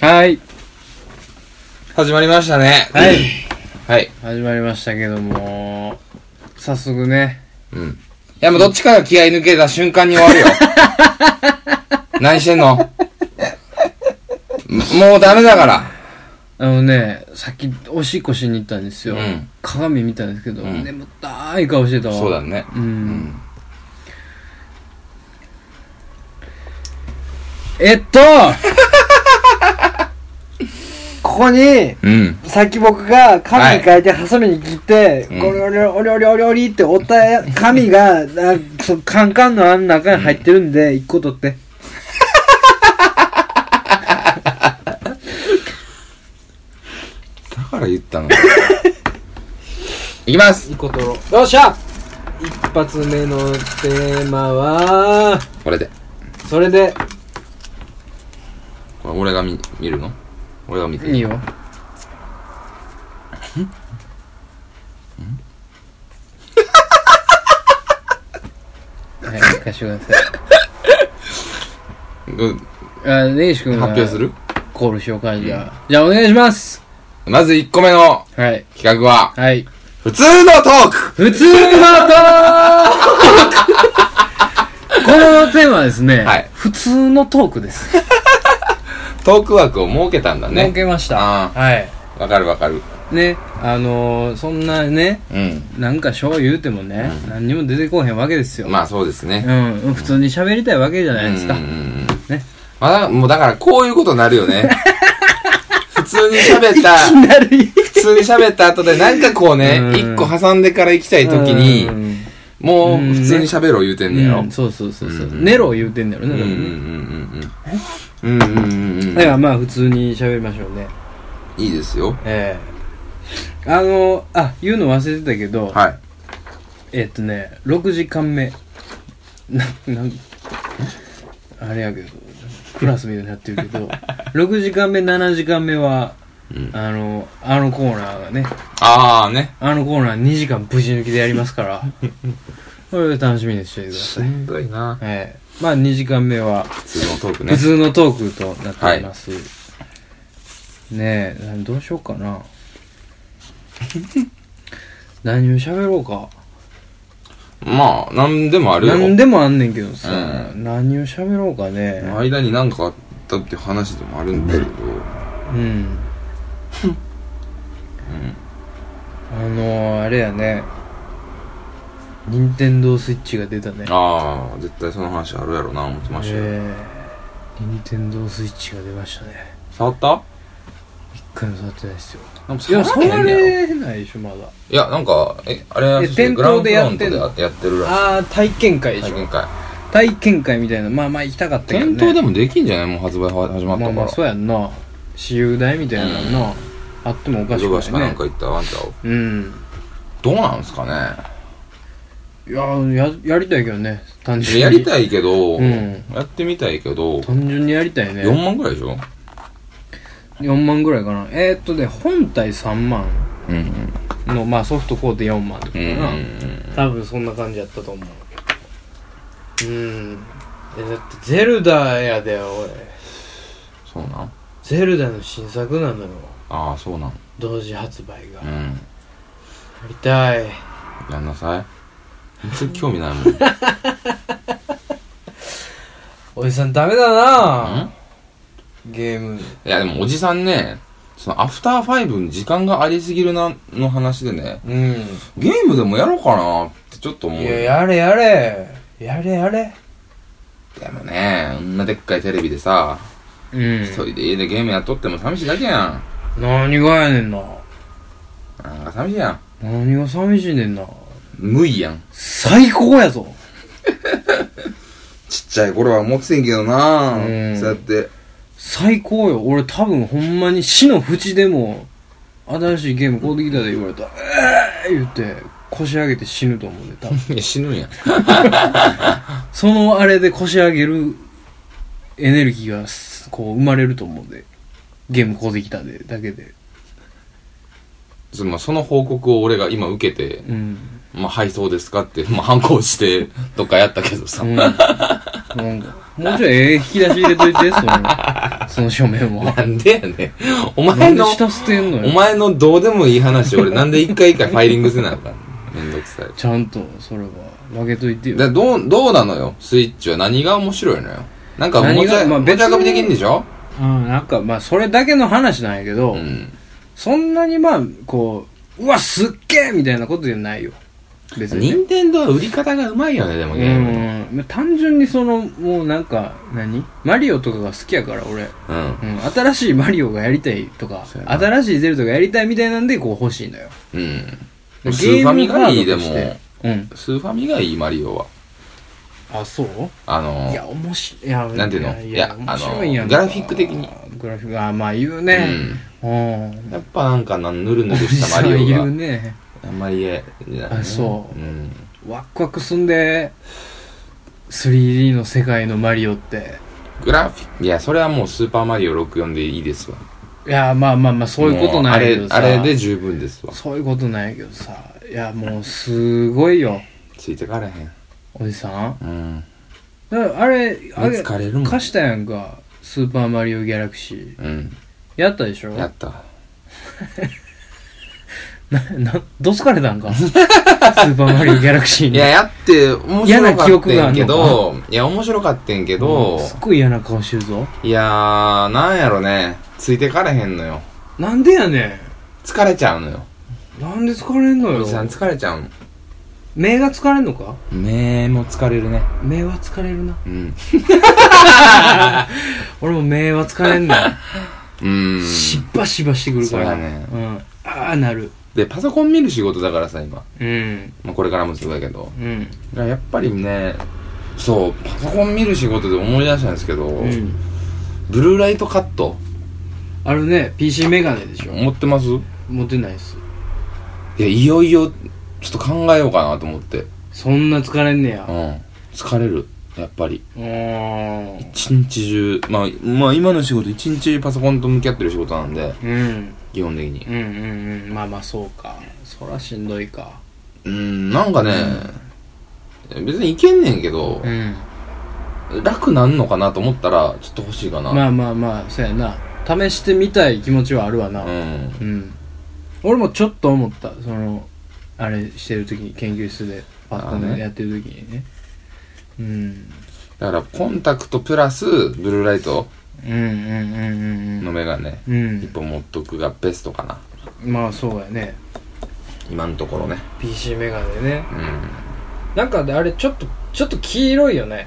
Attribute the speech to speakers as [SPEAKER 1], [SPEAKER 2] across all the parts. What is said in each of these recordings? [SPEAKER 1] はい。
[SPEAKER 2] 始まりましたね。
[SPEAKER 1] はい。
[SPEAKER 2] はい。
[SPEAKER 1] 始まりましたけども、早速ね。
[SPEAKER 2] うん。いや、もうどっちかが気合い抜けた瞬間に終わる よ。何してんのもうダメだから。
[SPEAKER 1] あのね、さっきおしっこしに行ったんですよ。
[SPEAKER 2] うん
[SPEAKER 1] 鏡見たんですけど、
[SPEAKER 2] うん
[SPEAKER 1] 眠たい顔してたわ。
[SPEAKER 2] そうだね。
[SPEAKER 1] うん。
[SPEAKER 2] うん。
[SPEAKER 1] えっ とここに、
[SPEAKER 2] うん。
[SPEAKER 3] さっき僕が紙に変えて、ハサミに切って、
[SPEAKER 2] うん
[SPEAKER 3] ゴリゴリゴリゴリゴリゴリって折った紙が、な
[SPEAKER 1] そのカンカンのあん中に入ってるんで、一個取って。
[SPEAKER 2] だから言ったの。いきます
[SPEAKER 4] イコトロよっしゃ一発目のテーマは
[SPEAKER 2] これで。
[SPEAKER 4] それで
[SPEAKER 2] これ俺が見、見るの俺が見て
[SPEAKER 1] いいよ。はい、貸してください。
[SPEAKER 2] うん
[SPEAKER 1] あ、根岸君
[SPEAKER 2] 発
[SPEAKER 1] が
[SPEAKER 2] 表する
[SPEAKER 1] コールしようか、じゃあ。じゃあお願いします
[SPEAKER 2] まず1個目の
[SPEAKER 1] はい。
[SPEAKER 2] 企画は、
[SPEAKER 1] はい。
[SPEAKER 2] 普通のトーク
[SPEAKER 1] 普通のトーク このテーマはですね、
[SPEAKER 2] はい
[SPEAKER 1] 普通のトークです。
[SPEAKER 2] トーク枠を設けたんだ
[SPEAKER 1] 儲
[SPEAKER 2] ね。
[SPEAKER 1] けました。
[SPEAKER 2] あ
[SPEAKER 1] はい。
[SPEAKER 2] わかるわかる。
[SPEAKER 1] ね、あのー、そんなね、
[SPEAKER 2] うん。
[SPEAKER 1] なんか賞言うてもね、何にも出てこうへんわけですよ。
[SPEAKER 2] まあそうですね。
[SPEAKER 1] うん、普通に喋りたいわけじゃないですか。
[SPEAKER 2] うんうんうん
[SPEAKER 1] ね。
[SPEAKER 2] まだ、もうだからこういうことになるよね。 普通に喋った、
[SPEAKER 1] なる
[SPEAKER 2] 普通に喋った後でなんかこうね
[SPEAKER 1] う、ん
[SPEAKER 2] 一個挟んでから行きたい時に、もう普通に喋ろう言うてんねやろ。
[SPEAKER 1] うん、そうそうそうそう。
[SPEAKER 2] うんうん
[SPEAKER 1] ネロを言うてんだよね。
[SPEAKER 2] う
[SPEAKER 1] だか
[SPEAKER 2] んう
[SPEAKER 1] ら
[SPEAKER 2] ん
[SPEAKER 1] ね
[SPEAKER 2] うんうん。うんうんうんうん
[SPEAKER 1] だからまあ普通に喋りましょうね。
[SPEAKER 2] いいですよ。
[SPEAKER 1] ええあの、あ、言うの忘れてたけど、
[SPEAKER 2] はい。
[SPEAKER 1] えっとね、6時間目。な、なん、あれやけど、クラスみたいになってるけ ど、6時間目、7時間目は、
[SPEAKER 2] うん
[SPEAKER 1] あの、あのコーナーがね、
[SPEAKER 2] あーね。
[SPEAKER 1] あのコーナー2時間ぶち抜きでやります から、これ楽しみにしておいてくだ
[SPEAKER 2] し
[SPEAKER 1] さい。
[SPEAKER 2] んどいな。
[SPEAKER 1] ええまあ2時間目は、
[SPEAKER 2] 普通のトークね
[SPEAKER 1] 普。通のトークとなっております、ねえなどうしようか な何を喋ろうか
[SPEAKER 2] まあ、なんでもあるよ。
[SPEAKER 1] 何でもあんねんけどさ、
[SPEAKER 2] う
[SPEAKER 1] 何を喋ろうかね
[SPEAKER 2] 間になんかあったって話でもあるんだけど。
[SPEAKER 1] うんあのあれやね任天堂スイッチが出たね
[SPEAKER 2] ああ、絶対その話あるやろな、思ってましたよ。
[SPEAKER 1] ええ任天堂スイッチが出ましたね
[SPEAKER 2] 触った
[SPEAKER 1] 一回も触ってないですよ
[SPEAKER 2] なんか
[SPEAKER 1] いや
[SPEAKER 2] 触らへ
[SPEAKER 1] 触
[SPEAKER 2] んねやろ
[SPEAKER 1] れないでしょまだ
[SPEAKER 2] いや、なんか、え、あれらしいです
[SPEAKER 1] え
[SPEAKER 2] よ
[SPEAKER 1] 店頭でやってん
[SPEAKER 2] グ
[SPEAKER 1] の
[SPEAKER 2] ランフロントでやってるらし
[SPEAKER 1] ああ体験会
[SPEAKER 2] い。
[SPEAKER 1] でし
[SPEAKER 2] 体
[SPEAKER 1] ょ
[SPEAKER 2] 験会。
[SPEAKER 1] 体験会みたいなまあまあ行きたかったけどね
[SPEAKER 2] 店頭でもできんじゃないもう発売は始まっ
[SPEAKER 1] ま
[SPEAKER 2] たか
[SPEAKER 1] あ
[SPEAKER 2] ら。
[SPEAKER 1] まあそうやんな私有代みたいなのな、あってもおかし
[SPEAKER 2] ヨガし
[SPEAKER 1] く
[SPEAKER 2] か
[SPEAKER 1] な
[SPEAKER 2] ないん
[SPEAKER 1] ね
[SPEAKER 2] か行ったワンちゃん
[SPEAKER 1] うん
[SPEAKER 2] どうなんすかね
[SPEAKER 1] いやややりたいけどね単純に
[SPEAKER 2] やり
[SPEAKER 1] い
[SPEAKER 2] たいけど、
[SPEAKER 1] うん
[SPEAKER 2] やってみたいけど、
[SPEAKER 1] 単純にやりたいね
[SPEAKER 2] 4万ぐらいでしょ
[SPEAKER 1] ,4 万ぐらいかなえー、っとね本体3万
[SPEAKER 2] うんうん。
[SPEAKER 1] のまあソフトコーデ4万とか
[SPEAKER 2] う
[SPEAKER 1] か
[SPEAKER 2] んうんう
[SPEAKER 1] な、
[SPEAKER 2] ん。
[SPEAKER 4] 多分そんな感じやったと思ううんえだってゼルダやだよ俺
[SPEAKER 2] そうなん
[SPEAKER 4] ゼルダの新作なのよ
[SPEAKER 2] ああ、そうなん。
[SPEAKER 4] 同時発売が
[SPEAKER 2] う
[SPEAKER 4] や
[SPEAKER 2] ん。
[SPEAKER 4] りたい
[SPEAKER 2] やんな さい。全然興味ないもん。
[SPEAKER 4] おじさんダメだ
[SPEAKER 2] うん
[SPEAKER 4] なゲーム
[SPEAKER 2] いや、でもおじさんね、そのアフターファイブに時間がありすぎるな、の話でね、
[SPEAKER 4] うん
[SPEAKER 2] ゲームでもやろうかなってちょっと思う。
[SPEAKER 4] いややれやれやれやれ
[SPEAKER 2] でもね、あんなでっかいテレビでさ、
[SPEAKER 1] うん
[SPEAKER 2] 一人で家でゲームやっとっても寂しいだけやん。
[SPEAKER 1] 何がやねんな
[SPEAKER 2] なんか寂しいやん。
[SPEAKER 1] 何が寂しいねんな
[SPEAKER 2] 無理やん。
[SPEAKER 1] 最高やぞ
[SPEAKER 2] ちっちゃい頃は思ってんけどな
[SPEAKER 1] うん
[SPEAKER 2] そうやって。
[SPEAKER 1] 最高よ俺多分ほんまに死の淵でも新しいゲームこうできたで言われたら「えー!」言って腰上げて死ぬと思うね多分
[SPEAKER 2] いや、死ぬんやん。
[SPEAKER 1] そのあれで腰上げるエネルギーがすこう生まれると思うでゲームこうできたでだけで
[SPEAKER 2] そのその報告を俺が今受けて、
[SPEAKER 1] うん、
[SPEAKER 2] まあ、配送ですかって、まあ、反抗して、とかやったけどさ。
[SPEAKER 1] うん、なんかもうちょいええ引き出し入れといて、 その、その書面は。
[SPEAKER 2] なんでやねん。お
[SPEAKER 1] な
[SPEAKER 2] 前
[SPEAKER 1] んで
[SPEAKER 2] の、
[SPEAKER 1] 下捨てんの
[SPEAKER 2] お
[SPEAKER 1] よ。
[SPEAKER 2] 前のどうでもいい話、俺なんで一回一回ファイリングせなあかんのめんどくさい。
[SPEAKER 1] ちゃんと、それは、分けといてよ。
[SPEAKER 2] でどう、どうなのよスイッチは何が面白いのよなんかおも
[SPEAKER 1] 何
[SPEAKER 2] ちゃ、
[SPEAKER 1] がまあ
[SPEAKER 2] おもちゃ
[SPEAKER 1] 別に
[SPEAKER 2] 遊びできんでしょ
[SPEAKER 1] うん、なんか、まあ、それだけの話なんやけど、
[SPEAKER 2] うん。
[SPEAKER 1] そんなにまあ、こう、うわ、すっげえみたいなことじゃないよ。別にね。
[SPEAKER 2] 任天堂は売り方がうまいよね、でもゲームの。
[SPEAKER 1] うん、単純にその、もうなんか、何マリオとかが好きやから、俺。う。
[SPEAKER 2] うん
[SPEAKER 1] ん、新しいマリオがやりたいとか
[SPEAKER 2] そう、やな
[SPEAKER 1] 新しいゼルダがやりたいみたいなんで、こう欲しいのよ。
[SPEAKER 2] うん。スーファミがいい、でも
[SPEAKER 1] ゲ。ームハードとしてうん。
[SPEAKER 2] スーファミがいい、マリオは。
[SPEAKER 1] あ、そう
[SPEAKER 2] あの
[SPEAKER 1] い、や、面白い。いや、
[SPEAKER 2] なんていうの
[SPEAKER 1] や
[SPEAKER 2] いや
[SPEAKER 1] 面白いやん
[SPEAKER 2] あのグラフィック的に。
[SPEAKER 1] グラフィック、あ、まあ言う
[SPEAKER 2] う
[SPEAKER 1] ね。
[SPEAKER 2] ん。
[SPEAKER 1] うん。
[SPEAKER 2] やっぱなんか、なんぬるぬ
[SPEAKER 1] お
[SPEAKER 2] る
[SPEAKER 1] じ
[SPEAKER 2] した
[SPEAKER 1] さん
[SPEAKER 2] マリ
[SPEAKER 1] 言
[SPEAKER 2] オ
[SPEAKER 1] う
[SPEAKER 2] が。
[SPEAKER 1] ね。
[SPEAKER 2] あんまりええ。じゃないね
[SPEAKER 1] あそう
[SPEAKER 2] うん。
[SPEAKER 1] ワクワクすんで、3D の世界のマリオって。
[SPEAKER 2] グラフィック、いや、それはもうスーパーマリオ64でいいですわ。
[SPEAKER 1] いや、まあまあまあ、そういうことなんやけ
[SPEAKER 2] も
[SPEAKER 1] ど
[SPEAKER 2] う
[SPEAKER 1] さ。
[SPEAKER 2] あれ、あれで十分ですわ。
[SPEAKER 1] そういうことなんやけどさ。いや、もう、すごいよ。
[SPEAKER 2] ついてかれへん。
[SPEAKER 1] おじさん。
[SPEAKER 2] うん。
[SPEAKER 1] だからあれ、あ
[SPEAKER 2] 目
[SPEAKER 1] れ、
[SPEAKER 2] 疲れるもん。
[SPEAKER 1] 貸したやんか。スーパーマリオギャラクシー。
[SPEAKER 2] うん。
[SPEAKER 1] やったでしょ
[SPEAKER 2] やった。
[SPEAKER 1] な、な、どつかれたん かスーパーマリオギャラクシー
[SPEAKER 2] い
[SPEAKER 1] に。
[SPEAKER 2] や、やって、面
[SPEAKER 1] 嫌
[SPEAKER 2] 白
[SPEAKER 1] な
[SPEAKER 2] か
[SPEAKER 1] 記
[SPEAKER 2] っ
[SPEAKER 1] 憶が
[SPEAKER 2] た
[SPEAKER 1] あ
[SPEAKER 2] ん
[SPEAKER 1] ん
[SPEAKER 2] け
[SPEAKER 1] の
[SPEAKER 2] ど、いや、面白かったんけど、
[SPEAKER 1] すっごい嫌な顔してるぞ。
[SPEAKER 2] いやー、なんやろね。ついてかれへんのよ。
[SPEAKER 1] なんでやね
[SPEAKER 2] 疲れちゃうのよ。
[SPEAKER 1] ん。なんで疲れんの
[SPEAKER 2] お
[SPEAKER 1] よ
[SPEAKER 2] じ。さん疲れちゃうの。
[SPEAKER 1] 目が疲れんのか
[SPEAKER 2] 目も疲れるね。
[SPEAKER 1] 目は疲れるな。
[SPEAKER 2] うん。
[SPEAKER 1] 俺も目は疲れんの。
[SPEAKER 2] うん。
[SPEAKER 1] しばしばしてくるから。
[SPEAKER 2] そうやね
[SPEAKER 1] うん。ああ、なる。
[SPEAKER 2] で、パソコン見る仕事だからさ、今。
[SPEAKER 1] うん。
[SPEAKER 2] まあ、これからもそうだけど。
[SPEAKER 1] うん。
[SPEAKER 2] いややっぱりね、そう、パソコン見る仕事で思い出したんですけど、
[SPEAKER 1] うん。
[SPEAKER 2] ブルーライトカット、
[SPEAKER 1] あれね、PC メガネでしょ
[SPEAKER 2] 持ってますい
[SPEAKER 1] 持ってないっす。
[SPEAKER 2] や、いよいよ、ちょっと考えようかなと思って。
[SPEAKER 1] そんな疲れんね
[SPEAKER 2] う
[SPEAKER 1] や。
[SPEAKER 2] ん。疲れる。やっぱり。
[SPEAKER 1] うーん。
[SPEAKER 2] 一日中、まあ、まあ今の仕事一日中パソコンと向き合ってる仕事なんで、
[SPEAKER 1] うん。
[SPEAKER 2] 基本的に。
[SPEAKER 1] うんうんうん。まあまあ、そうか。そらしんどいか。
[SPEAKER 2] うん、なんかね、別にいけんねんけど、
[SPEAKER 1] うん。
[SPEAKER 2] 楽なんのかなと思ったら、ちょっと欲しいかな。
[SPEAKER 1] まあまあまあそうやな試してみたい気持ちはあるわな
[SPEAKER 2] う
[SPEAKER 1] うん、
[SPEAKER 2] ん。
[SPEAKER 1] 俺もちょっと思ったそのあれしてる時に研究室でパッと
[SPEAKER 2] あー
[SPEAKER 1] ね
[SPEAKER 2] ね
[SPEAKER 1] やってる時にねうん
[SPEAKER 2] だから、コンタクトプラス、ブルーライト
[SPEAKER 1] うんうんうんうん
[SPEAKER 2] のメガネ、
[SPEAKER 1] う
[SPEAKER 2] 一
[SPEAKER 1] ん
[SPEAKER 2] 本持っとくがベストかな。
[SPEAKER 1] まあそうやね
[SPEAKER 2] 今のところね。
[SPEAKER 1] PC メガネね
[SPEAKER 2] うん。
[SPEAKER 1] なんかであれちょっとちょっと黄色いよね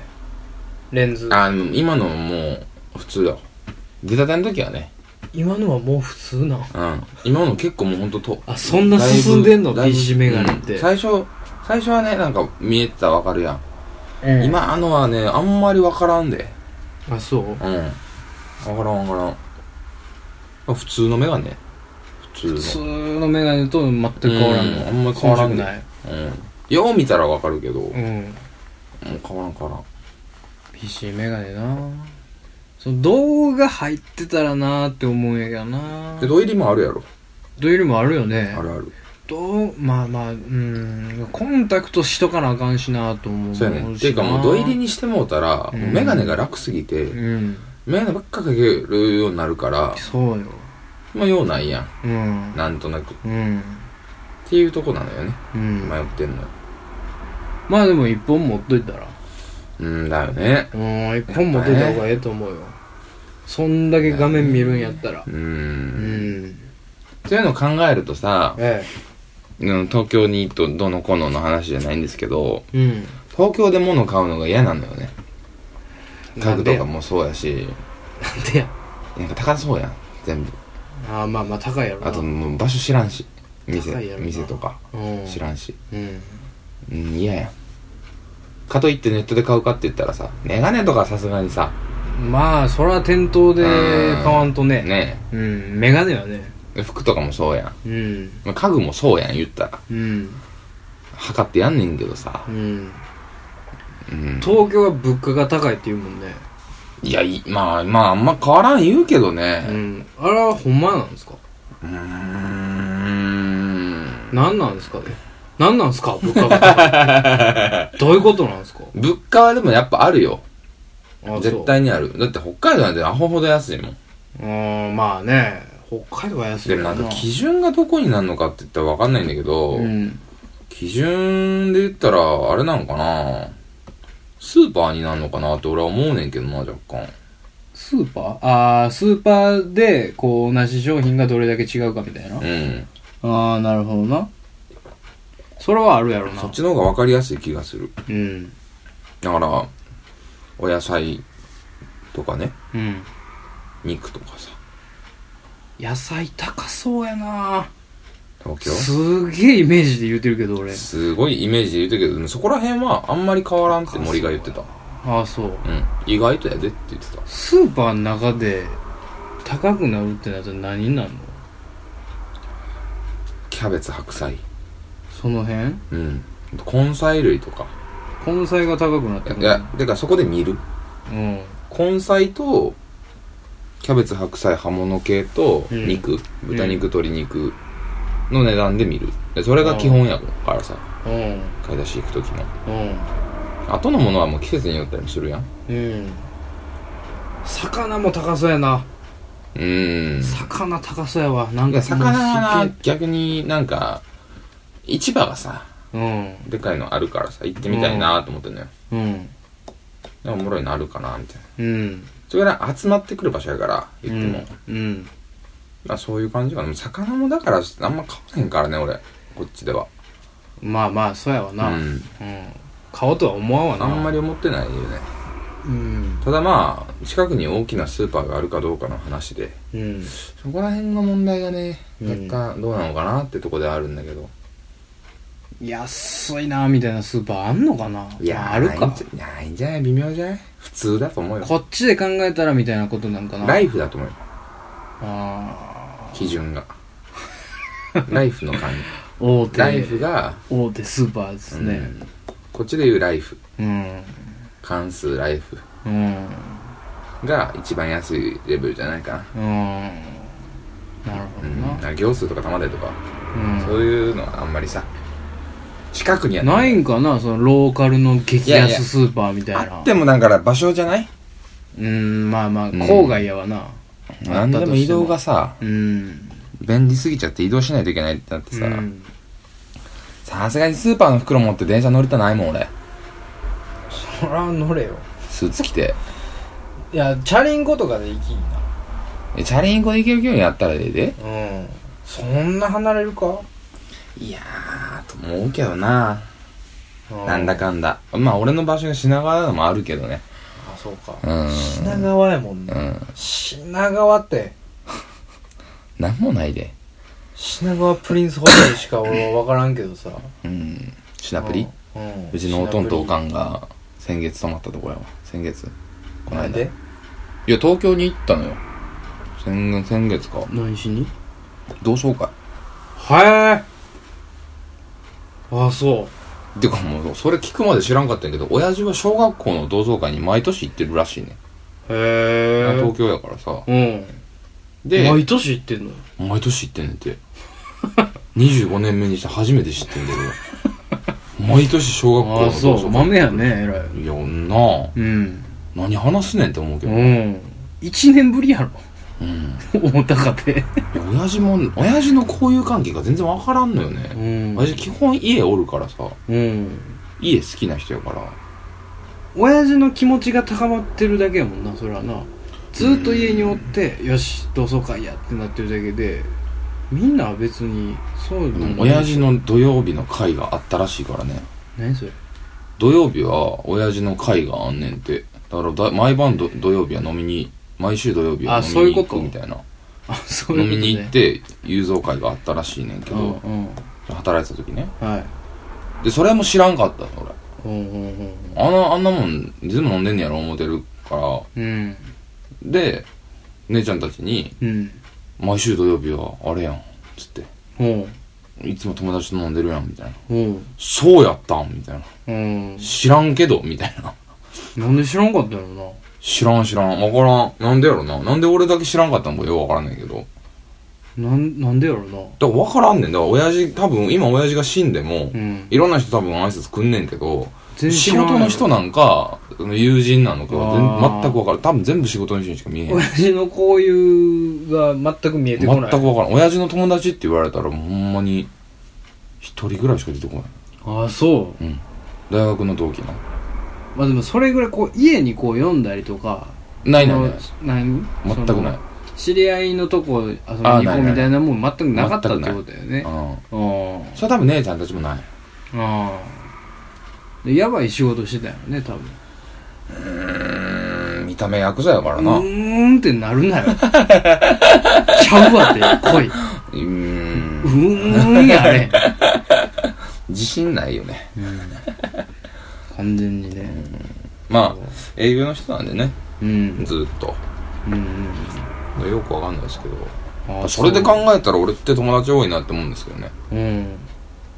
[SPEAKER 1] レンズ
[SPEAKER 2] あ、今のもう、普通よ。出たての時はね。
[SPEAKER 1] 今のはもう普通なん
[SPEAKER 2] うん。今の結構もうほんとと、
[SPEAKER 1] あそんな進んでんの
[SPEAKER 2] だいぶ
[SPEAKER 1] PC メガネって、
[SPEAKER 2] うん最初、最初はね、なんか見えてたらわかるやん。
[SPEAKER 1] うん
[SPEAKER 2] 今あのはね、あんまりわからんで。
[SPEAKER 1] あそう
[SPEAKER 2] うん。わからんわからん。普通のメガネ。普
[SPEAKER 1] 普
[SPEAKER 2] 通
[SPEAKER 1] 通
[SPEAKER 2] の。
[SPEAKER 1] のメガネと全く変わらんの、
[SPEAKER 2] うんあんま変わらんね
[SPEAKER 1] 遜色ない
[SPEAKER 2] うん。よう見たらわかるけど、
[SPEAKER 1] う
[SPEAKER 2] もうん変わらん変わ
[SPEAKER 1] PC メガネなその動画入ってたらなーって思うんやけど
[SPEAKER 2] ら。
[SPEAKER 1] なん
[SPEAKER 2] けど、入りもあるやろ。
[SPEAKER 1] どういうよりもあるよね
[SPEAKER 2] あるある。
[SPEAKER 1] どうまあまあうんコンタクトしとかなあかんしなーと思う
[SPEAKER 2] そうやね。ていうかもう、土入りにしてもうたら、
[SPEAKER 1] うん
[SPEAKER 2] もうメガネが楽すぎて、
[SPEAKER 1] うん
[SPEAKER 2] メガネばっかかけるようになるから、
[SPEAKER 1] そうよ
[SPEAKER 2] まあ、ようないやん。
[SPEAKER 1] うん
[SPEAKER 2] なんとなく。っ
[SPEAKER 1] うん
[SPEAKER 2] ていうとこなのよね。
[SPEAKER 1] うん
[SPEAKER 2] 迷ってんのよ。
[SPEAKER 1] まあでも一本持っといたら
[SPEAKER 2] うんだよね。
[SPEAKER 1] うん一本持っといた方がええと思うよそんだけ画面見るんやったら
[SPEAKER 2] う。
[SPEAKER 1] うんん
[SPEAKER 2] そういうのを考えるとさ、
[SPEAKER 1] え
[SPEAKER 2] うん東京にとどのこのの話じゃないんですけど、
[SPEAKER 1] えうん
[SPEAKER 2] 東京で物買うのが嫌なのよね。家具とかもそうやし、
[SPEAKER 1] なんでや
[SPEAKER 2] なんか高そうやん、全部。
[SPEAKER 1] ああまあまあ高いやろな
[SPEAKER 2] あともう場所知らんし、店
[SPEAKER 1] 高いや、ろな
[SPEAKER 2] 店とか
[SPEAKER 1] うん
[SPEAKER 2] 知らんし。
[SPEAKER 1] うん
[SPEAKER 2] うん、嫌やん。かといってネットで買うかって言ったらさ、メガネとかさすがにさ、
[SPEAKER 1] まあそれは店頭で買わんとね
[SPEAKER 2] ね
[SPEAKER 1] うんメガネはね
[SPEAKER 2] え服とかもそうや
[SPEAKER 1] う
[SPEAKER 2] ん
[SPEAKER 1] ん
[SPEAKER 2] まあ。家具もそうやん、言ったら。
[SPEAKER 1] うん
[SPEAKER 2] 測ってやんねんけどさ
[SPEAKER 1] う。ん
[SPEAKER 2] うん。
[SPEAKER 1] 東京は物価が高いって言うもんね
[SPEAKER 2] いや、いまあまあ、あんま変わらん言うけどね
[SPEAKER 1] う。んあれはほんまなんですか
[SPEAKER 2] うーん
[SPEAKER 1] 何なんですかね 何なんですか物価が高いどういうことなんですか
[SPEAKER 2] 物価はでもやっぱあるよ。
[SPEAKER 1] あ
[SPEAKER 2] 絶対にあるだって北海道なんてアホほど安いもん
[SPEAKER 1] そううーんまあね北海道は安い
[SPEAKER 2] で
[SPEAKER 1] よ
[SPEAKER 2] もなんか基準がどこになるのかって言ったら分かんないんだけど、
[SPEAKER 1] うん
[SPEAKER 2] 基準で言ったらあれなのかなスーパーになるのかなって俺は思うねんけどな若干
[SPEAKER 5] スーパーああスーパーでこう同じ商品がどれだけ違うかみたいな、
[SPEAKER 2] うん
[SPEAKER 1] ああなるほどなそれはあるやろな
[SPEAKER 2] そっちの方が分かりやすい気がする
[SPEAKER 1] うん
[SPEAKER 2] だからお野菜とかね
[SPEAKER 1] うん
[SPEAKER 2] 肉とかさ
[SPEAKER 1] 野菜高そうやな
[SPEAKER 2] 東京
[SPEAKER 1] すげえイメージで言うてるけど俺
[SPEAKER 2] すごいイメージで言うてるけどそこら辺はあんまり変わらんって森が言ってた
[SPEAKER 1] ああそう
[SPEAKER 2] うん意外とやでって言ってた
[SPEAKER 1] スーパーの中で高くなるってなったら何になるの
[SPEAKER 2] キャベツ白菜
[SPEAKER 1] その辺
[SPEAKER 2] うん根菜類とか
[SPEAKER 1] 根菜が高くなってく
[SPEAKER 2] い
[SPEAKER 1] る
[SPEAKER 2] やだからそこで見る
[SPEAKER 1] うん
[SPEAKER 2] 根菜とキャベツ白菜葉物系と
[SPEAKER 1] うん
[SPEAKER 2] 肉、豚肉鶏肉の値段で見るでそれが基本やからさ
[SPEAKER 1] うん
[SPEAKER 2] 買い出し行く時の
[SPEAKER 1] うん
[SPEAKER 2] 後のものはもう季節によったりもするやん
[SPEAKER 1] うん魚も高そうやな
[SPEAKER 2] うーん
[SPEAKER 1] 魚高そうやわなん
[SPEAKER 2] いや
[SPEAKER 1] か
[SPEAKER 2] 魚
[SPEAKER 1] も
[SPEAKER 2] は
[SPEAKER 1] う
[SPEAKER 2] な逆になんか市場がさ
[SPEAKER 1] すっげえ
[SPEAKER 2] でかいのあるからさ行ってみたいなと思ってんのよ、
[SPEAKER 1] うんうん
[SPEAKER 2] でもおもろいのあるかなみたいな
[SPEAKER 1] うん
[SPEAKER 2] それぐらい集まってくる場所やから言っても、
[SPEAKER 1] うん
[SPEAKER 2] まあそういう感じかな魚もだからあんま買わへんからね俺こっちでは
[SPEAKER 1] まあまあそうやわな
[SPEAKER 2] う
[SPEAKER 1] うん
[SPEAKER 2] ん
[SPEAKER 1] 買おうとは思わんわな
[SPEAKER 2] あんまり思ってないよね
[SPEAKER 1] うん
[SPEAKER 2] ただまあ近くに大きなスーパーがあるかどうかの話で
[SPEAKER 1] うん
[SPEAKER 2] そこら辺の問題がね
[SPEAKER 1] うん
[SPEAKER 2] 若干どうなのかなってとこではあるんだけど、
[SPEAKER 1] 安いなみたいなスーパーあんのかない
[SPEAKER 2] いやー
[SPEAKER 1] ある
[SPEAKER 2] ない
[SPEAKER 1] か
[SPEAKER 2] んじゃないんじゃない微妙じゃない普通だと思うよ
[SPEAKER 1] こっちで考えたらみたいなことなんかな
[SPEAKER 2] ライフだと思うよ
[SPEAKER 1] あ
[SPEAKER 2] 基 準がライフの感
[SPEAKER 1] あ大
[SPEAKER 2] じライフ
[SPEAKER 1] 手
[SPEAKER 2] が、
[SPEAKER 1] 大手スーパーです
[SPEAKER 2] うん
[SPEAKER 1] ね
[SPEAKER 2] こっちで言うライフ
[SPEAKER 1] うん
[SPEAKER 2] 関数ライフ
[SPEAKER 1] うん
[SPEAKER 2] が一番安いレベルじゃないかな
[SPEAKER 1] うんなるほ
[SPEAKER 2] う
[SPEAKER 1] ど
[SPEAKER 2] ん、
[SPEAKER 1] な
[SPEAKER 2] なんか行数とか玉でとか、
[SPEAKER 1] うん
[SPEAKER 2] そういうのはあんまりさ近くには
[SPEAKER 1] ないんかなそのローカルの激
[SPEAKER 2] いやいや
[SPEAKER 1] 安スーパーみたいな
[SPEAKER 2] あってもだから場所じゃないう
[SPEAKER 1] ーんまあまあ
[SPEAKER 2] ん
[SPEAKER 1] 郊外やわな、
[SPEAKER 2] 何でも移動がさ
[SPEAKER 1] うん
[SPEAKER 2] 便利すぎちゃって移動しないといけないってなってさ
[SPEAKER 1] うん
[SPEAKER 2] さすがにスーパーの袋持って電車乗りたないもん俺
[SPEAKER 1] そら乗れよ
[SPEAKER 2] スーツ着て
[SPEAKER 1] いやチャリンコとかで行きいいな
[SPEAKER 2] えチャリンコで行ける距離やったらええで
[SPEAKER 1] うんそんな離れるか、
[SPEAKER 2] いやーと思うけどな
[SPEAKER 1] う
[SPEAKER 2] なんだかんだまあ俺の場所が品川なのもあるけどね
[SPEAKER 1] あそうか、
[SPEAKER 2] うん
[SPEAKER 1] 品川やもんね、
[SPEAKER 2] うん
[SPEAKER 1] 品川って
[SPEAKER 2] なんもないで
[SPEAKER 1] 品川プリンスホテルしか俺は分からんけどさ
[SPEAKER 2] うんシナプリ
[SPEAKER 1] うん
[SPEAKER 2] うちのおとんとおか
[SPEAKER 1] ん
[SPEAKER 2] んが先月泊まったとこやわ先月この
[SPEAKER 1] なん
[SPEAKER 2] 間い
[SPEAKER 1] で
[SPEAKER 2] や東京に行ったのよ先先月か
[SPEAKER 1] 何しに
[SPEAKER 2] 同窓会
[SPEAKER 1] はえあそう
[SPEAKER 2] てかもうそれ聞くまで知らんかったんやけど親父は小学校の同窓会に毎年行ってるらしいね、
[SPEAKER 1] へえ
[SPEAKER 2] 東京やからさ
[SPEAKER 1] うん
[SPEAKER 2] で
[SPEAKER 1] 毎年行ってんの
[SPEAKER 2] 毎年行ってんねんて25年目にして初めて知ってんだけ ど毎年小学校
[SPEAKER 5] あ
[SPEAKER 2] の
[SPEAKER 5] あ
[SPEAKER 2] 同
[SPEAKER 5] そう
[SPEAKER 2] 窓会
[SPEAKER 5] 豆やねえらい
[SPEAKER 2] いやなあ
[SPEAKER 5] うん
[SPEAKER 2] 何話すねんって思うけ
[SPEAKER 1] う
[SPEAKER 2] ど、
[SPEAKER 1] ん
[SPEAKER 5] 1年ぶりやろ
[SPEAKER 2] うん
[SPEAKER 5] 大高で
[SPEAKER 2] 親父も親父の交友関係が全然わからんのよね、
[SPEAKER 1] うん
[SPEAKER 2] 親父基本家おるからさ
[SPEAKER 1] うん
[SPEAKER 2] 家好きな人やから
[SPEAKER 5] 親父の気持ちが高まってるだけやもんなそれはなずーっと家におってよし同窓会やってなってるだけでみんなは別にそう
[SPEAKER 2] で
[SPEAKER 5] な
[SPEAKER 2] も
[SPEAKER 5] の
[SPEAKER 2] 親父の土曜日の会があったらしいからね
[SPEAKER 5] 何それ
[SPEAKER 2] 土曜日は親父の会があんねんてだからだ毎晩ど土曜日は飲みに毎週土曜日は
[SPEAKER 5] あ
[SPEAKER 2] 飲
[SPEAKER 5] そう
[SPEAKER 2] み
[SPEAKER 5] いう
[SPEAKER 2] に行
[SPEAKER 5] こと
[SPEAKER 2] くみたいな
[SPEAKER 5] あそういう
[SPEAKER 2] 飲
[SPEAKER 5] こ
[SPEAKER 2] み
[SPEAKER 5] と
[SPEAKER 2] に行
[SPEAKER 5] ね
[SPEAKER 2] って雄三会があったらしいねんけ
[SPEAKER 5] う
[SPEAKER 2] ど、
[SPEAKER 5] んうん
[SPEAKER 2] 働いてた時ね
[SPEAKER 5] はい
[SPEAKER 2] でそれも知らんかったの俺
[SPEAKER 5] うんうんうん
[SPEAKER 2] あのあんなもん全部飲んでんねやろ思ってるから
[SPEAKER 5] うん
[SPEAKER 2] で姉ちゃんたちに
[SPEAKER 5] うん
[SPEAKER 2] 「毎週土曜日はあれやん」っつって
[SPEAKER 5] うん
[SPEAKER 2] 「いつも友達と飲んでるやん」みたいな
[SPEAKER 5] うん
[SPEAKER 2] 「そうやったん」みたいな
[SPEAKER 5] うん
[SPEAKER 2] 「知らんけど」みたいな
[SPEAKER 5] なんで知らんかったのな
[SPEAKER 2] 「知らん知らんわからんなんでやろななんで俺だけ知らんかったんかようわからんねんけど
[SPEAKER 5] なんなんでやろな
[SPEAKER 2] だから分からんねんだから親父多分今親父が死んでも、
[SPEAKER 5] うん
[SPEAKER 2] いろんな人多分挨拶くんねんけど
[SPEAKER 1] 全然
[SPEAKER 2] 仕
[SPEAKER 1] 知らん
[SPEAKER 2] 事の人なんか、友人なのか
[SPEAKER 1] あー
[SPEAKER 2] 全、全く分からん。多分全部仕事の人にしか見えへん。
[SPEAKER 4] 親父の交友が全く見えて
[SPEAKER 2] 全
[SPEAKER 4] こ
[SPEAKER 2] く分
[SPEAKER 4] ない
[SPEAKER 2] からん。親父の友達って言われたら、もうほんまに、一人ぐらいしか出てこない。
[SPEAKER 1] ああそう
[SPEAKER 2] うん。大学の同期な。
[SPEAKER 1] まあでもそれぐらいこう家にこう読んだりとか
[SPEAKER 2] ないないない。
[SPEAKER 1] その何
[SPEAKER 2] 全くな
[SPEAKER 1] そ
[SPEAKER 2] い
[SPEAKER 1] の。知り合いのとこ遊びに
[SPEAKER 2] あ
[SPEAKER 1] 行
[SPEAKER 2] ーない
[SPEAKER 1] こ
[SPEAKER 2] な
[SPEAKER 1] う
[SPEAKER 2] い
[SPEAKER 1] みたいなもん全くなかったってことだよね
[SPEAKER 2] う
[SPEAKER 1] あ
[SPEAKER 2] ん。それは多分姉ちゃんたちもない。
[SPEAKER 1] あああでやばい仕事してたよね多分
[SPEAKER 2] うん、見た目ヤクザやからな。
[SPEAKER 1] う
[SPEAKER 2] う。
[SPEAKER 1] ーんってなるなよちゃうわって来いうんーんやね
[SPEAKER 2] 自信ないよね。
[SPEAKER 1] 完全にね
[SPEAKER 2] まあ、営業の人なんでね、
[SPEAKER 1] うん
[SPEAKER 2] ずーっと。
[SPEAKER 1] うんうん
[SPEAKER 2] よくわかんないですけど。
[SPEAKER 1] ああ
[SPEAKER 2] それで考えたら俺って友達多いなって思うんですけどね。
[SPEAKER 1] そううん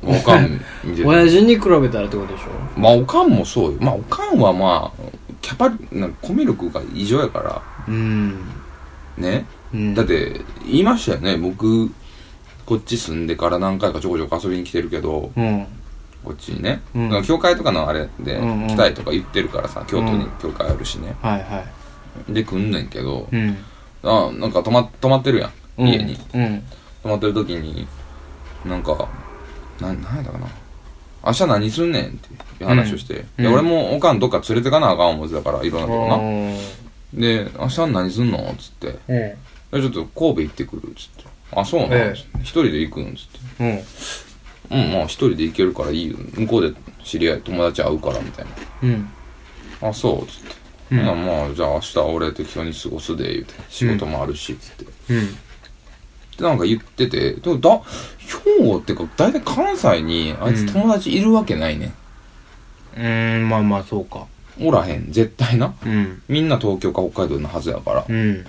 [SPEAKER 2] まあおかん見 てて
[SPEAKER 1] 親父に比べたらってことでしょ
[SPEAKER 2] まあおかんもそうよまあおかんはまあキャパなんかコミュ力が異常やから
[SPEAKER 1] うん
[SPEAKER 2] ね、
[SPEAKER 1] うん
[SPEAKER 2] だって言いましたよね僕こっち住んでから何回かちょこちょこ遊びに来てるけど
[SPEAKER 1] うん
[SPEAKER 2] こっちにね、
[SPEAKER 1] うん
[SPEAKER 2] だから教会とかのあれで
[SPEAKER 1] うんうん
[SPEAKER 2] 来たいとか言ってるからさ京都に
[SPEAKER 1] うん
[SPEAKER 2] 教会あるしね、
[SPEAKER 1] はいは
[SPEAKER 2] で来んねんけど
[SPEAKER 1] いうん
[SPEAKER 2] あなんか泊ま泊まってるやん家に、
[SPEAKER 1] うん
[SPEAKER 2] 泊まってる時になんかななんやったかな明日何すんねんっていう話をして、
[SPEAKER 1] うん
[SPEAKER 2] で
[SPEAKER 1] うん
[SPEAKER 2] 俺もおかんどっか連れてかなあかん思ってたからいろんなとこな
[SPEAKER 1] うん
[SPEAKER 2] で「明日何すんの?」っつってで
[SPEAKER 1] え
[SPEAKER 2] 「ちょっと神戸行ってくる」っつって「あそうなの
[SPEAKER 4] ええ
[SPEAKER 2] つって一人で行くん」っつって
[SPEAKER 1] えうん
[SPEAKER 2] 「うんまあ一人で行けるからいいよ向こうで知り合い友達会うから」みたい
[SPEAKER 1] うん
[SPEAKER 2] な「あそう」っつって「
[SPEAKER 1] うん
[SPEAKER 2] ほなまあじゃあ明日俺適当に過ごすで」言うて「仕事もあるし」っつって、
[SPEAKER 1] うん
[SPEAKER 2] でなんか言っててでもだ兵庫ってか大体関西にあいつ友達いるわけないね、
[SPEAKER 1] うんまあまあそうか
[SPEAKER 2] ん、おらへん絶対な
[SPEAKER 1] うん
[SPEAKER 2] みんな東京か北海道のはずやから、
[SPEAKER 1] うん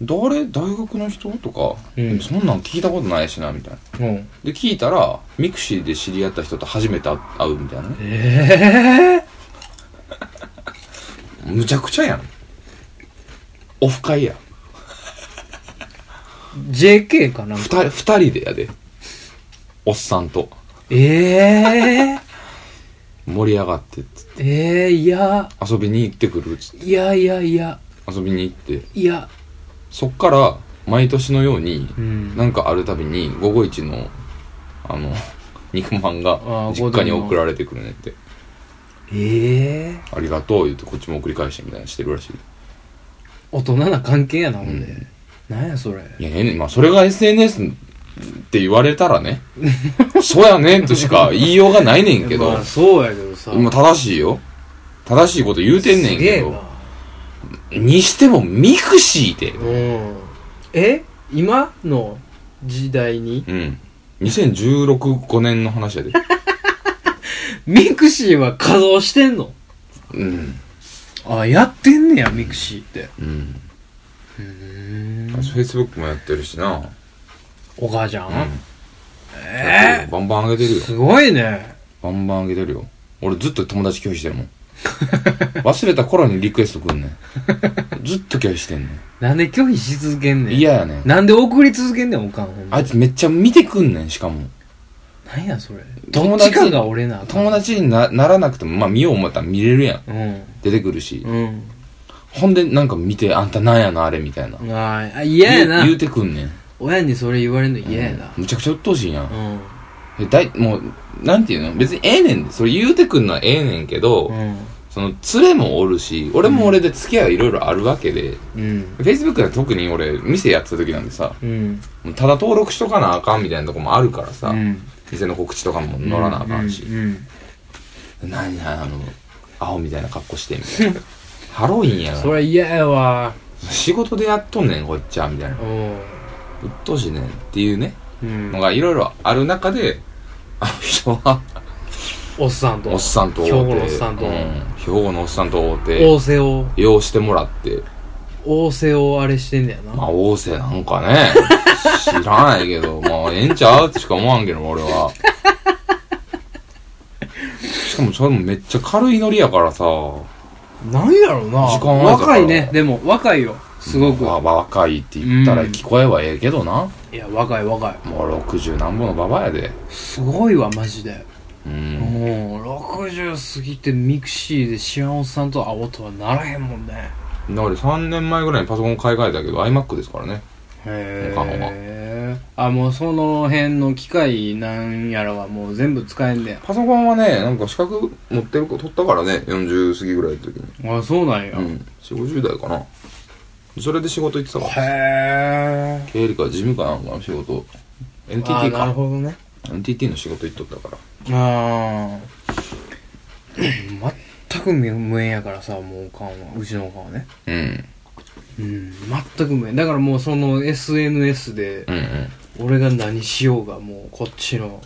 [SPEAKER 2] 誰大学の人とか、
[SPEAKER 1] うん
[SPEAKER 2] そんなん聞いたことないしなみたいな
[SPEAKER 1] うん
[SPEAKER 2] で聞いたらミクシーで知り合った人と初めて会うみたいなね
[SPEAKER 1] ええ
[SPEAKER 2] むちゃくちゃやんオフ会や
[SPEAKER 1] JK かなん
[SPEAKER 2] 二
[SPEAKER 1] か
[SPEAKER 2] 人二人でやでおっさんと
[SPEAKER 1] ええ
[SPEAKER 2] 盛り上がってっつって
[SPEAKER 1] ええいや
[SPEAKER 2] 遊びに行ってくるっつって
[SPEAKER 1] いやいやいや
[SPEAKER 2] 遊びに行って
[SPEAKER 1] いや
[SPEAKER 2] そっから毎年のように、
[SPEAKER 1] ん
[SPEAKER 2] なんかあるたびに午後一のあの 肉まんが
[SPEAKER 1] あー
[SPEAKER 2] 実家
[SPEAKER 1] ゴールデ
[SPEAKER 2] に
[SPEAKER 1] ンの
[SPEAKER 2] 送られてくるねって
[SPEAKER 1] ええ
[SPEAKER 2] ありがとう言ってこっちも送り返してみたいなしてるらしい
[SPEAKER 1] 大人な関係やなほんで、
[SPEAKER 2] うん
[SPEAKER 1] なんやそれ
[SPEAKER 2] いや、ええねんまあ、それが SNS って言われたらね、そうやねんとしか言いようがないねんけど
[SPEAKER 4] ま、あそうやけどさ
[SPEAKER 2] まあ、正しいよ。正しいこと言うてんねん
[SPEAKER 4] すげ
[SPEAKER 2] け
[SPEAKER 4] え
[SPEAKER 2] ど、にしてもミクシーで、
[SPEAKER 4] な
[SPEAKER 1] え今の時代に
[SPEAKER 2] うん。2016、5年の話やで。
[SPEAKER 1] ミクシーは稼働してんの
[SPEAKER 2] うん。
[SPEAKER 1] あやってんねやミクシーって
[SPEAKER 2] うん。
[SPEAKER 1] うーん
[SPEAKER 2] Facebook もやってるしな。うん。
[SPEAKER 1] お母ちゃん、え
[SPEAKER 2] やってるよバンバン上げてるよ。
[SPEAKER 1] すごいね
[SPEAKER 2] バンバン上げてるよ。俺ずっと友達拒否して るもん。忘れた頃にリクエストくんねん。ずっと拒否してんね
[SPEAKER 1] なんで拒否し続けん
[SPEAKER 2] ん。
[SPEAKER 1] ねん
[SPEAKER 2] 嫌やねん。
[SPEAKER 1] なんで送り続けんねんおかんほんま
[SPEAKER 2] あいつめっちゃ見てくんねん、しかも。
[SPEAKER 1] なんやそれど
[SPEAKER 2] 友
[SPEAKER 1] っ
[SPEAKER 2] 達
[SPEAKER 1] ちかが俺なあかん
[SPEAKER 2] 友達になならなくても、まあ見よう思ったら見れるやん。
[SPEAKER 1] うん
[SPEAKER 2] 出てくるし。
[SPEAKER 1] うん
[SPEAKER 2] ほんでなんか見て、あんたなんやのあれみたいな。
[SPEAKER 1] あーあ嫌やな
[SPEAKER 2] 言う言うてくんねん。
[SPEAKER 1] 親にそれ言われるの嫌やな
[SPEAKER 2] うんむちゃくちゃ鬱陶しいや。
[SPEAKER 1] うんん
[SPEAKER 2] えだいもう、なんていうの別にええねんで。それ言うてくんのはええねんけど、
[SPEAKER 1] うん
[SPEAKER 2] その、連れもおるし、俺も俺で付き合いいろいろあるわけで、
[SPEAKER 1] うん、
[SPEAKER 2] Facebook で特に俺、店やってた時なんでさ、
[SPEAKER 1] うん
[SPEAKER 2] もうただ登録しとかなあかんみたいなとこもあるからさ、
[SPEAKER 1] うん、
[SPEAKER 2] 店の告知とかも乗らなあかんし。
[SPEAKER 1] うんうん
[SPEAKER 2] 何やあの青みたいな格好してみたいな ハロウィンや
[SPEAKER 4] そ
[SPEAKER 2] な
[SPEAKER 4] れ嫌やわ
[SPEAKER 2] 仕事でやっとんねんこっちはみたいなう
[SPEAKER 4] うん
[SPEAKER 2] っとうしいねんっていうね
[SPEAKER 4] うん
[SPEAKER 2] のがいろいろある中であの人は
[SPEAKER 4] おっさんと
[SPEAKER 2] おっさんと
[SPEAKER 4] 兵
[SPEAKER 2] 会う
[SPEAKER 4] 庫
[SPEAKER 2] て
[SPEAKER 4] のおっさんと
[SPEAKER 2] う兵庫のおっさんと会う
[SPEAKER 4] 仰せを
[SPEAKER 2] て用してもらって
[SPEAKER 4] 仰せをあれしてんだよ
[SPEAKER 2] まあ
[SPEAKER 4] な
[SPEAKER 2] 仰せなんかね知らないけど まあええんちゃうってしか思わんけど俺はしかもそれもめっちゃ軽いノリやからさ
[SPEAKER 4] なんやろな
[SPEAKER 2] 時間あるから
[SPEAKER 1] 若いねでも若いよすごく
[SPEAKER 2] まあ、若いって言ったら聞こえはええけどな、
[SPEAKER 1] いや若い若い
[SPEAKER 2] もう60何本のババアやで。
[SPEAKER 1] すごいわマジで
[SPEAKER 2] うん
[SPEAKER 1] もう60過ぎてミクシーでシオンさんと会おうとはならへんもんね
[SPEAKER 2] だから3年前ぐらいにパソコン買い替えたけど iMac ですからね
[SPEAKER 1] へ
[SPEAKER 2] 他の
[SPEAKER 1] えあもうその辺の機械なんやらはもう全部使えんね
[SPEAKER 2] パソコンはねなんか資格持ってる子取ったからね40過ぎぐらいの時に
[SPEAKER 1] んあそうなんや、
[SPEAKER 2] うん4 5 0代かなそれで仕事行ってたから
[SPEAKER 1] へえ
[SPEAKER 2] 経理か事務官かの仕事 NTT
[SPEAKER 4] あなる
[SPEAKER 2] か
[SPEAKER 4] ほどね
[SPEAKER 2] NTT の仕事行っとったから
[SPEAKER 1] ああ全く無無縁やからさもうおかんはうちのおかんはね
[SPEAKER 2] うん
[SPEAKER 1] うん全く無縁だからもうその SNS で
[SPEAKER 2] うんうん
[SPEAKER 1] 俺が何しようがもうこっちの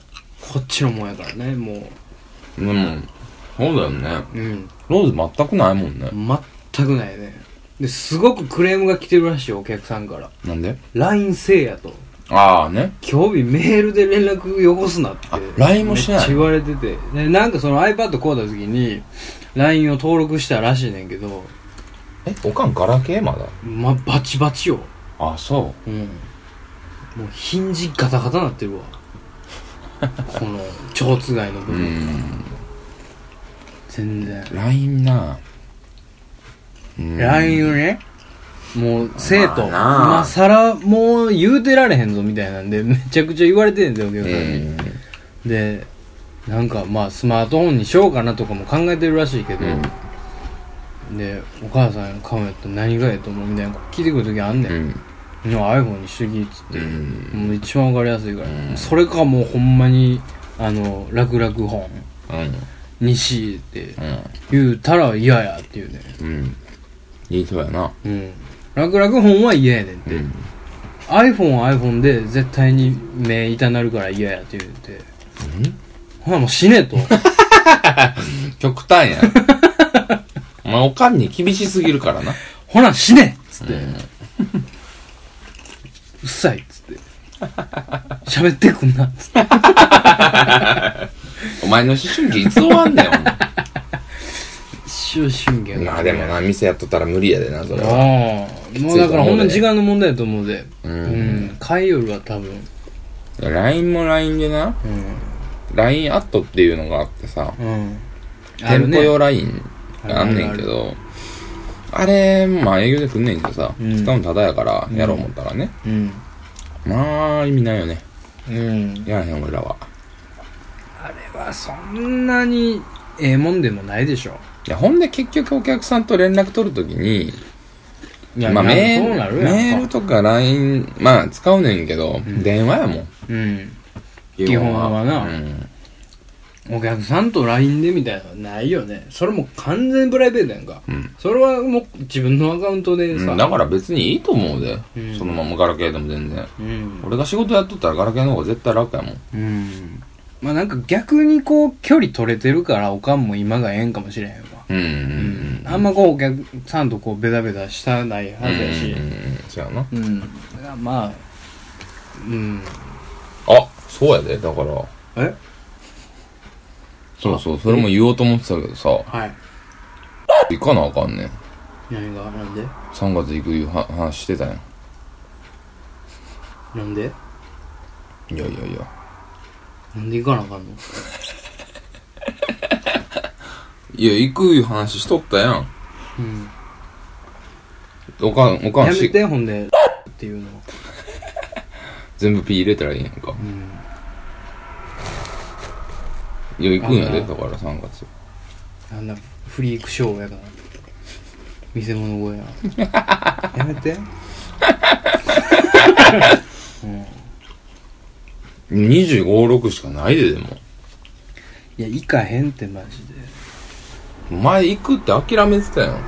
[SPEAKER 1] こっちのもんやからねも
[SPEAKER 2] でもそうだよね
[SPEAKER 1] ううん
[SPEAKER 2] ローズ全くないもんね
[SPEAKER 1] 全くないねですごくクレームが来てるらしいよお客さんから
[SPEAKER 2] なんで
[SPEAKER 1] LINE せえやと
[SPEAKER 2] ああね
[SPEAKER 1] 今日日メールで連絡よこすなって
[SPEAKER 2] あ LINE もしない
[SPEAKER 1] めっちゃ言われててでなんかその iPad 買うた時に LINE を登録したらしいねんけど
[SPEAKER 2] えおかんガラケーまだ
[SPEAKER 1] まあバチバチよ
[SPEAKER 2] あそ
[SPEAKER 1] うんもうヒンジガタガタな ってるわこの蝶つがいの部
[SPEAKER 2] うう
[SPEAKER 1] 分、
[SPEAKER 2] ん
[SPEAKER 1] 全然
[SPEAKER 2] LINE なうん
[SPEAKER 1] LINE をねもう生徒、
[SPEAKER 2] まあな
[SPEAKER 1] 今更もう言うてられへんぞみたいなんでめちゃくちゃ言われてんだよお客さんに、
[SPEAKER 2] うん
[SPEAKER 1] でなんかまあスマートフォンにしようかなとかも考えてるらしいけど、でお母さんが買うんやったら何がええと思うみたいなの聞いてくる時あんねん、
[SPEAKER 2] うん
[SPEAKER 1] でも iPhone にしてきっつって、
[SPEAKER 2] うん
[SPEAKER 1] もう一番わかりやすいから、
[SPEAKER 2] うん
[SPEAKER 1] それかもうほんまにあの楽々本
[SPEAKER 2] うん
[SPEAKER 1] にしって言うたら嫌やっていうね
[SPEAKER 2] うんいい人やな
[SPEAKER 1] うん楽々本は嫌やねんって、
[SPEAKER 2] ん
[SPEAKER 1] iPhone は iPhone で絶対に目痛なるから嫌やって言うてほらもう死ねと
[SPEAKER 2] 極端 やお前おかんに厳しすぎるからな
[SPEAKER 1] ほら死ねっつって、
[SPEAKER 2] うん
[SPEAKER 1] うっさいっつって喋ってくんなっつって
[SPEAKER 2] お前の思春期いつ終わんねんお前
[SPEAKER 1] 一生信玄
[SPEAKER 2] まあでもな店やっとったら無理やでなそれは
[SPEAKER 1] ああもうだからほんまに時間の問題だと思うでう
[SPEAKER 2] う
[SPEAKER 1] んん買いよるは多分
[SPEAKER 2] LINE も LINE でな
[SPEAKER 1] うん
[SPEAKER 2] LINE アットっていうのがあってさ
[SPEAKER 1] うんあ
[SPEAKER 2] 店
[SPEAKER 1] る
[SPEAKER 2] 舗
[SPEAKER 1] ね
[SPEAKER 2] 用 LINE があんねんけどあれまあ営業で来んねんけどさ
[SPEAKER 1] うん
[SPEAKER 2] 使うのただやからやろう思ったらね
[SPEAKER 1] うん
[SPEAKER 2] まあ意味ないよね
[SPEAKER 1] うん
[SPEAKER 2] やらへん俺らは
[SPEAKER 1] あれはそんなにええもんでもないでしょ
[SPEAKER 2] いやほんで結局お客さんと連絡取るときに
[SPEAKER 1] いや
[SPEAKER 2] まあ、
[SPEAKER 1] なんか
[SPEAKER 2] メ
[SPEAKER 1] そうな
[SPEAKER 2] ー
[SPEAKER 1] る
[SPEAKER 2] ル
[SPEAKER 1] やんか
[SPEAKER 2] メールとか LINE、まあ、使うねんけど、
[SPEAKER 1] ん
[SPEAKER 2] 電話やもん。
[SPEAKER 1] うん基本はな
[SPEAKER 2] うん。
[SPEAKER 1] お客さんと LINE でみたいなのはないよねそれも完全にプライベートやんか
[SPEAKER 2] うん
[SPEAKER 1] それはもう自分のアカウントで
[SPEAKER 2] う
[SPEAKER 1] さ
[SPEAKER 2] んだから別にいいと思うで、
[SPEAKER 1] うん
[SPEAKER 2] そのままガラケーでも全然。
[SPEAKER 1] うん
[SPEAKER 2] 俺が仕事やっとったらガラケーの方が絶対楽やもん。
[SPEAKER 1] うんまあなんか逆にこう距離取れてるからおかんも今がええんかもしれへんわ、
[SPEAKER 2] うん。う
[SPEAKER 1] うん
[SPEAKER 2] ん
[SPEAKER 1] あんまこうお客さんとこうベタベタしたないはずやし
[SPEAKER 2] うんうんうんそうやな。
[SPEAKER 1] うん、だからまあうん
[SPEAKER 2] あ、そうやで、だから。
[SPEAKER 1] え
[SPEAKER 2] そうそう、それも言おうと思ってたけどさ、
[SPEAKER 1] はい
[SPEAKER 2] 行かなあかんねん。
[SPEAKER 1] 何がなんで
[SPEAKER 2] 3月行くいうは話してたやん。
[SPEAKER 1] なんで
[SPEAKER 2] いやいやいや。
[SPEAKER 1] なんで行かなあかんの
[SPEAKER 2] いや、行くいう話しとったやん。
[SPEAKER 1] うん
[SPEAKER 2] おかん、おか
[SPEAKER 1] や
[SPEAKER 2] ん
[SPEAKER 1] め
[SPEAKER 2] して
[SPEAKER 1] ほんでっていうの
[SPEAKER 2] 全部ピー入れたらいいやんか。
[SPEAKER 1] うん
[SPEAKER 2] いや、行くんやで、
[SPEAKER 1] あ
[SPEAKER 2] だから3月。
[SPEAKER 1] あんなフリークショーやから見せ物声や やめて
[SPEAKER 2] 25、6しかないで、でも。
[SPEAKER 1] いや行かへんってマジで
[SPEAKER 2] 前行くって諦めてたやん。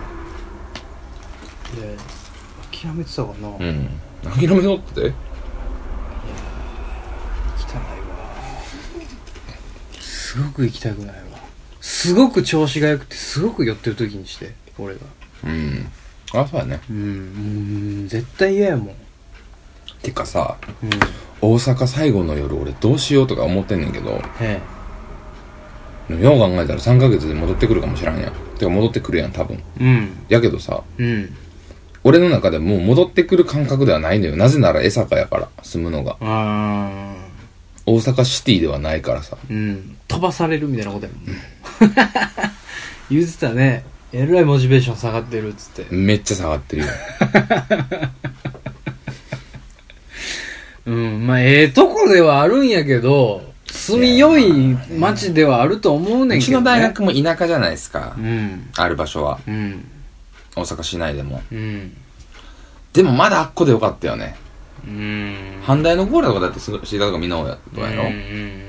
[SPEAKER 1] で諦めてたかな、汚
[SPEAKER 2] う
[SPEAKER 1] いわ
[SPEAKER 2] ん。諦めとって。
[SPEAKER 1] すごく行きたくないわすごく調子が良くてすごく寄ってる時にして俺が
[SPEAKER 2] うん。あ、そうやね。
[SPEAKER 1] うんうん絶対嫌やもん、
[SPEAKER 2] てかさ、
[SPEAKER 1] うん、
[SPEAKER 2] 大阪最後の夜俺どうしようとか思ってんねんけど、よ
[SPEAKER 1] え
[SPEAKER 2] う考えたら3ヶ月で戻ってくるかもしらんやん。てか戻ってくるやん、多分。
[SPEAKER 1] えうん
[SPEAKER 2] やけどさ、
[SPEAKER 1] うん
[SPEAKER 2] 俺の中でもう戻ってくる感覚ではないのよ。なぜなら江坂やから、住むのが。
[SPEAKER 1] あ
[SPEAKER 2] 大阪シティではないからさ
[SPEAKER 1] うん飛ばされるみたいなことやもん言ってたねえらいモチベーション下がってるっつって
[SPEAKER 2] めっちゃ下がって るよ
[SPEAKER 1] うんまあええとこではあるんやけど住みよい街ではあると思うね
[SPEAKER 2] うん
[SPEAKER 1] け
[SPEAKER 2] ち
[SPEAKER 1] ど、ね、
[SPEAKER 2] の大学も田舎じゃないですか、
[SPEAKER 1] うん
[SPEAKER 2] ある場所は
[SPEAKER 1] うん
[SPEAKER 2] 大阪市内でも
[SPEAKER 1] うん
[SPEAKER 2] でもまだあっこでよかったよね
[SPEAKER 1] うん
[SPEAKER 2] 阪大のゴーラとかだってすごい知りたとかみんなやどうやろ、
[SPEAKER 1] うんうん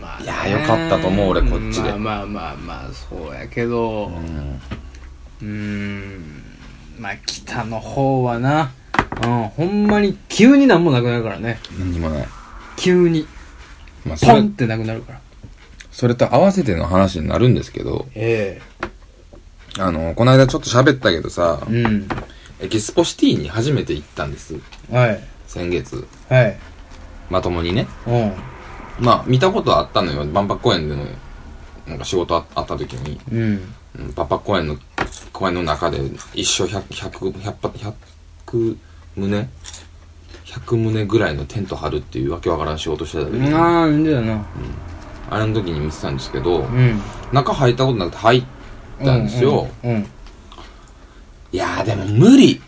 [SPEAKER 1] まあね
[SPEAKER 2] いやーよかったと思う俺こっちで
[SPEAKER 1] まあまあまあまあそうやけど
[SPEAKER 2] うん
[SPEAKER 1] うーんまあ北の方はなうんほんまに急になんもなくなるからね
[SPEAKER 2] 何にもない、
[SPEAKER 1] 急に
[SPEAKER 2] まあ、そ
[SPEAKER 1] ポ
[SPEAKER 2] れ
[SPEAKER 1] ンってなくなるから
[SPEAKER 2] それと合わせての話になるんですけど
[SPEAKER 1] え
[SPEAKER 2] あのこの間ちょっと喋ったけどさ、
[SPEAKER 1] えうん
[SPEAKER 2] エキスポシティに初めて行ったんです
[SPEAKER 1] はい
[SPEAKER 2] 先月
[SPEAKER 1] はい
[SPEAKER 2] まともにね
[SPEAKER 1] うん
[SPEAKER 2] まあ見たことはあったのよ万博公園でのなんか仕事ああった時に
[SPEAKER 1] うん
[SPEAKER 2] うんパパ公園の公園の中で一生100 100 100 100 100棟100棟ぐらいのテント張るっていうわけわからん仕事してた時にあ
[SPEAKER 1] ああんだよな
[SPEAKER 2] れの時に見てたんですけど
[SPEAKER 1] うん
[SPEAKER 2] 中入ったことなくて入ったんですよ、
[SPEAKER 1] うん
[SPEAKER 2] いやーでも無理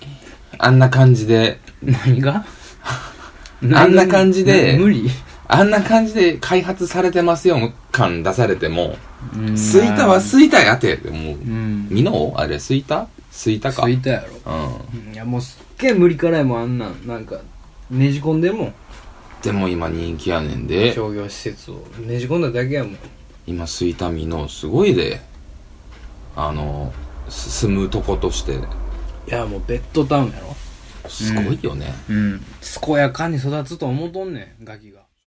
[SPEAKER 2] あんな感じで
[SPEAKER 1] 何 が
[SPEAKER 2] あんな感じで
[SPEAKER 1] な無理
[SPEAKER 2] あんな感じで開発されてますよ感出されてもスイタはスイタやてっても
[SPEAKER 1] う
[SPEAKER 2] う
[SPEAKER 1] ん
[SPEAKER 2] 見のあれスイタスイタか
[SPEAKER 1] ついたやろ
[SPEAKER 2] うん
[SPEAKER 1] いやもうすっげえ無理からやもんあんなんなんかねじ込んでんもん
[SPEAKER 2] でも今人気やねんで
[SPEAKER 1] 商業施設をねじ込んだだけやもん
[SPEAKER 2] 今スイタミのすごいであのす住むとことして
[SPEAKER 1] いやもうベッドタウンやろ
[SPEAKER 2] すごいよね、
[SPEAKER 1] うん健やかに育つと思うとんねんガキが